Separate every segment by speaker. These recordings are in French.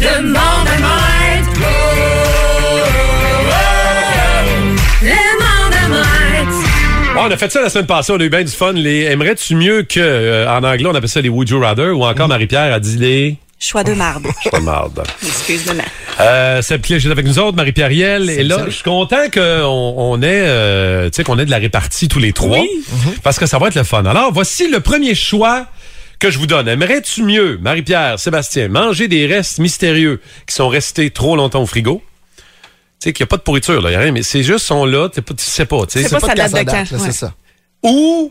Speaker 1: Demande à Maître. Oh, oh, oh. Demande à Maître.
Speaker 2: Bon, Ah, on a fait ça la semaine passée, on a eu bien du fun. Les aimerais-tu mieux que, euh, en anglais, on appelle ça les Would You Rather, ou encore Marie-Pierre a dit les...
Speaker 3: Choix de marbre.
Speaker 2: Je te marde.
Speaker 3: Excuse-moi.
Speaker 2: Euh, Seb Clich est avec nous autres, Marie-Pierre Riel. Et là, je suis content qu'on on ait, euh, tu sais, qu'on ait de la répartie tous les trois. Mm-hmm. Parce que ça va être le fun. Alors, voici le premier choix que je vous donne. Aimerais-tu mieux, Marie-Pierre, Sébastien, manger des restes mystérieux qui sont restés trop longtemps au frigo? Tu sais, qu'il n'y a pas de pourriture, là, y a rien, mais c'est juste, sont là, t'es pas- tu sais pas, tu sais.
Speaker 3: C'est pas ça
Speaker 4: de
Speaker 3: date de
Speaker 4: casse en date,
Speaker 3: quand,
Speaker 4: là,
Speaker 3: ouais.
Speaker 4: C'est ça.
Speaker 2: Ou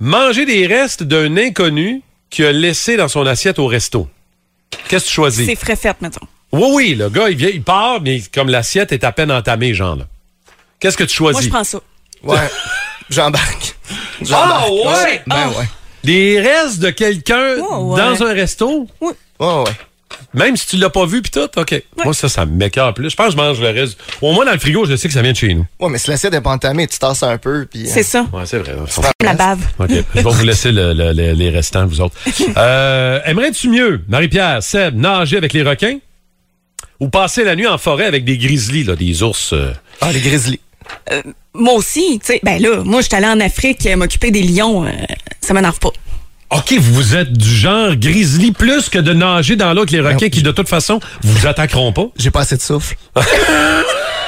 Speaker 2: manger des restes d'un inconnu qui a laissé dans son assiette au resto. Qu'est-ce que tu choisis?
Speaker 3: C'est frais fait, mettons.
Speaker 2: Oui, oui, le gars, il, vient, il part, mais comme l'assiette est à peine entamée, genre. là. Qu'est-ce que tu
Speaker 3: Moi, je
Speaker 2: choisis?
Speaker 3: prends ça.
Speaker 4: Ouais. J'embarque. J'embarque.
Speaker 2: Ah, ouais!
Speaker 4: Ben ouais.
Speaker 2: Des restes de quelqu'un
Speaker 3: Oh, ouais.
Speaker 2: dans un resto,
Speaker 4: Ouais, ouais.
Speaker 2: même si tu l'as pas vu puis tout, OK. Moi, ça, ça m'écœure plus. Je pense que je mange le reste. Au moins, dans le frigo, je sais que ça vient de chez nous.
Speaker 4: Ouais, mais si l'assiette est pas entamée, tu tasses un peu, puis... euh,
Speaker 3: C'est ça.
Speaker 2: Ouais, c'est vrai.
Speaker 3: Comme la bave.
Speaker 2: OK. Je vais vous laisser le- le- le- les restants, vous autres. Euh, Aimerais-tu mieux, Marie-Pierre, Seb, nager avec les requins ou passer la nuit en forêt avec des grizzlies, là, des ours? euh?
Speaker 4: Ah, les grizzlies.
Speaker 3: Moi aussi, tu sais. Ben là, moi, je suis allée en Afrique euh, m'occuper des lions. euh, ça m'énerve pas.
Speaker 2: OK, vous êtes du genre grizzly plus que de nager dans l'eau avec les requins qui, de toute façon, vous attaqueront pas.
Speaker 4: J'ai pas assez de souffle. Je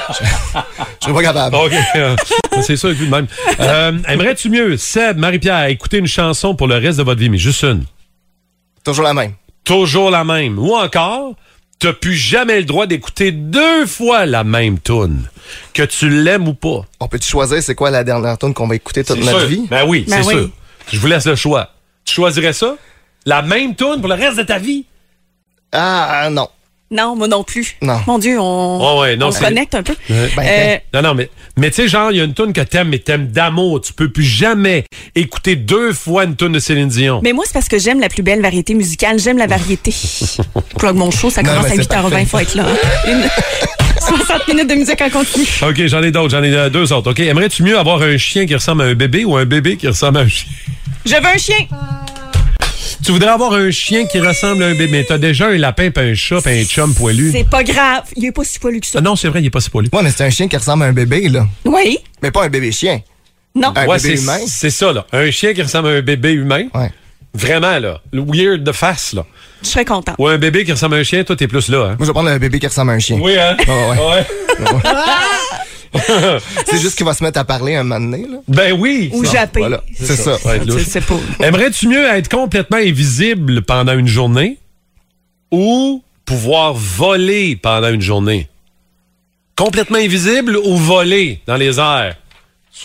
Speaker 4: je suis pas capable.
Speaker 2: OK. euh, C'est ça, vu de même. Euh, Aimerais-tu mieux, Seb, Marie-Pierre, écouter une chanson pour le reste de votre vie, mais juste une?
Speaker 4: Toujours la même.
Speaker 2: Toujours la même. Ou encore, t'as plus jamais le droit d'écouter deux fois la même tune. Que tu l'aimes ou pas.
Speaker 4: On peut-tu choisir c'est quoi la dernière tune qu'on va écouter toute
Speaker 2: C'est
Speaker 4: notre
Speaker 2: sûr.
Speaker 4: vie?
Speaker 2: Ben oui,
Speaker 3: Ben
Speaker 2: c'est
Speaker 3: oui.
Speaker 2: sûr. Je vous laisse le choix. Tu choisirais ça? La même tune pour le reste de ta vie?
Speaker 4: Ah, ah, non.
Speaker 3: Non, moi non plus.
Speaker 4: Non.
Speaker 3: Mon Dieu, on,
Speaker 2: Oh ouais, non,
Speaker 3: on se
Speaker 2: c'est-
Speaker 3: connecte un peu.
Speaker 4: Ben,
Speaker 3: Euh,
Speaker 2: Non, non, mais, mais tu sais, genre, il y a une tune que t'aimes, mais t'aimes d'amour. Tu peux plus jamais écouter deux fois une tune de Céline Dion.
Speaker 3: Mais moi, c'est parce que j'aime la plus belle variété musicale. J'aime la variété. Plug mon show, ça
Speaker 4: Non,
Speaker 3: commence
Speaker 4: mais
Speaker 3: à
Speaker 4: c'est
Speaker 3: 8h20, faut être là. hein. Une 60 minutes de musique en continu.
Speaker 2: OK, j'en ai d'autres, j'en ai euh, deux autres. OK, aimerais-tu mieux avoir un chien qui ressemble à un bébé ou un bébé qui ressemble à un chien?
Speaker 3: Je veux un chien.
Speaker 2: Tu voudrais avoir un chien qui ressemble à un bébé, mais t'as déjà un lapin, pis un chat, pis un chum poilu.
Speaker 3: C'est pas grave. Il est pas si poilu que ça.
Speaker 2: Ah non, c'est vrai, il est pas si poilu.
Speaker 4: Ouais, mais c'est un chien qui ressemble à un bébé, là.
Speaker 3: Oui.
Speaker 4: Mais pas un bébé chien.
Speaker 3: Non.
Speaker 4: Un
Speaker 2: Ouais,
Speaker 4: bébé
Speaker 2: c'est-
Speaker 4: humain.
Speaker 2: C'est ça, là. Un chien qui ressemble à un bébé humain.
Speaker 4: Ouais.
Speaker 2: Vraiment, là. Le Weird de face, là.
Speaker 3: Je serais contente.
Speaker 2: Ou un bébé qui ressemble à un chien, toi, t'es plus là, hein?
Speaker 4: Moi, je vais prendre un bébé qui ressemble à un chien.
Speaker 2: Oui, hein?
Speaker 4: Ah ouais.
Speaker 2: Ouais.
Speaker 4: C'est juste qu'il va se mettre à parler un moment donné, là.
Speaker 2: Ben oui!
Speaker 3: Ou japper.
Speaker 4: Voilà. C'est ça.
Speaker 2: Ça va être louche.
Speaker 3: Je sais pas.
Speaker 2: Aimerais-tu mieux être complètement invisible pendant une journée ou pouvoir voler pendant une journée? Complètement invisible ou voler dans les airs?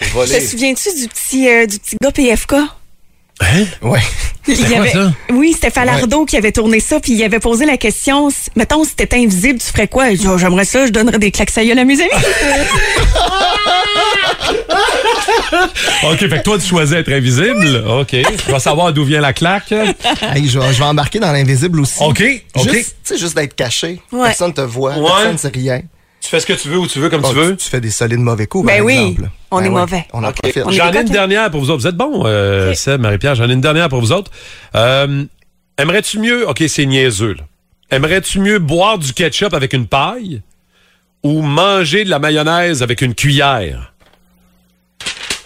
Speaker 3: Te souviens-tu du petit, euh, du petit gars PFK?
Speaker 2: Hein?
Speaker 4: Ouais.
Speaker 3: Il
Speaker 2: quoi,
Speaker 3: avait-
Speaker 2: ça?
Speaker 3: Oui, c'était Falardeau qui avait tourné ça, puis il avait posé la question, s- mettons, si t'étais invisible, tu ferais quoi? Il dit, Oh, j'aimerais ça, je donnerais des claques à gueule à mes amis.
Speaker 2: OK, fait que toi, tu choisis être invisible. OK. Tu vas savoir d'où vient la claque.
Speaker 4: Hey, je, vais, je vais embarquer dans l'invisible aussi.
Speaker 2: OK, OK.
Speaker 4: Juste, tu sais, juste d'être caché.
Speaker 3: Ouais.
Speaker 4: Personne te voit.
Speaker 2: Ouais.
Speaker 4: Personne ne sait rien.
Speaker 2: Tu fais ce que tu veux où tu veux, comme
Speaker 4: Bon,
Speaker 2: tu veux.
Speaker 4: Tu fais des solides mauvais coups,
Speaker 3: Ben
Speaker 4: par
Speaker 3: oui,
Speaker 4: exemple.
Speaker 3: on est mauvais.
Speaker 4: On en
Speaker 2: OK.
Speaker 4: profite.
Speaker 3: On est hein?
Speaker 2: J'en ai
Speaker 3: coquins.
Speaker 2: une dernière pour vous autres. Vous êtes bons, euh, Seb, Marie-Pierre. J'en ai une dernière pour vous autres. Euh, Aimerais-tu mieux... OK, c'est niaiseux, là. Aimerais-tu mieux boire du ketchup avec une paille ou manger de la mayonnaise avec une cuillère?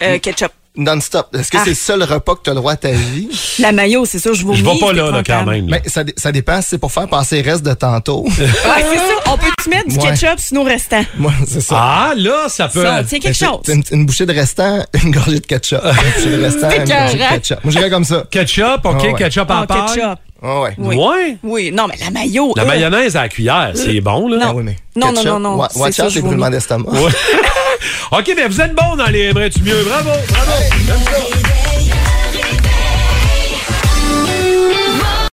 Speaker 3: Euh, ketchup.
Speaker 4: Non-stop. Est-ce que
Speaker 3: Ah.
Speaker 4: c'est le seul repas que tu as le droit à ta vie?
Speaker 3: La maillot, c'est sûr, je vous
Speaker 2: Je vais pas là, là, quand même. là.
Speaker 4: Ben, ça, dé- ça dépend. si C'est pour faire passer les restes de tantôt.
Speaker 3: Ouais, c'est ça. On peut-tu mettre du
Speaker 4: Ouais.
Speaker 3: ketchup sur nos restants?
Speaker 4: Moi, c'est ça.
Speaker 2: Ah, là, ça peut...
Speaker 3: Ça, on tient quelque
Speaker 4: C'est-
Speaker 3: chose.
Speaker 4: c'est Une, une bouchée de restant, une gorgée de ketchup. Une bouchée de restant, une gorgée de
Speaker 3: écœurant.
Speaker 4: ketchup. Moi, j'irais comme ça.
Speaker 2: Ketchup, OK,
Speaker 4: Ah ouais.
Speaker 2: ketchup en
Speaker 3: Ah,
Speaker 2: paille.
Speaker 3: ketchup.
Speaker 4: Ah ouais.
Speaker 3: Oui.
Speaker 2: Ouais.
Speaker 3: Oui, non, mais la maillot.
Speaker 2: La
Speaker 3: euh,
Speaker 2: mayonnaise à la cuillère, c'est bon, là.
Speaker 4: Ah oui, mais
Speaker 3: Non, non,
Speaker 4: ketchup,
Speaker 3: non, non,
Speaker 4: wa-
Speaker 3: c'est
Speaker 4: Watch
Speaker 3: ça,
Speaker 4: out,
Speaker 3: je
Speaker 4: les
Speaker 3: vomis.
Speaker 4: brûlements d'estomac.
Speaker 2: OK, mais vous êtes bons dans les aimerais-tu mieux. Bravo, bravo. J'aime ça.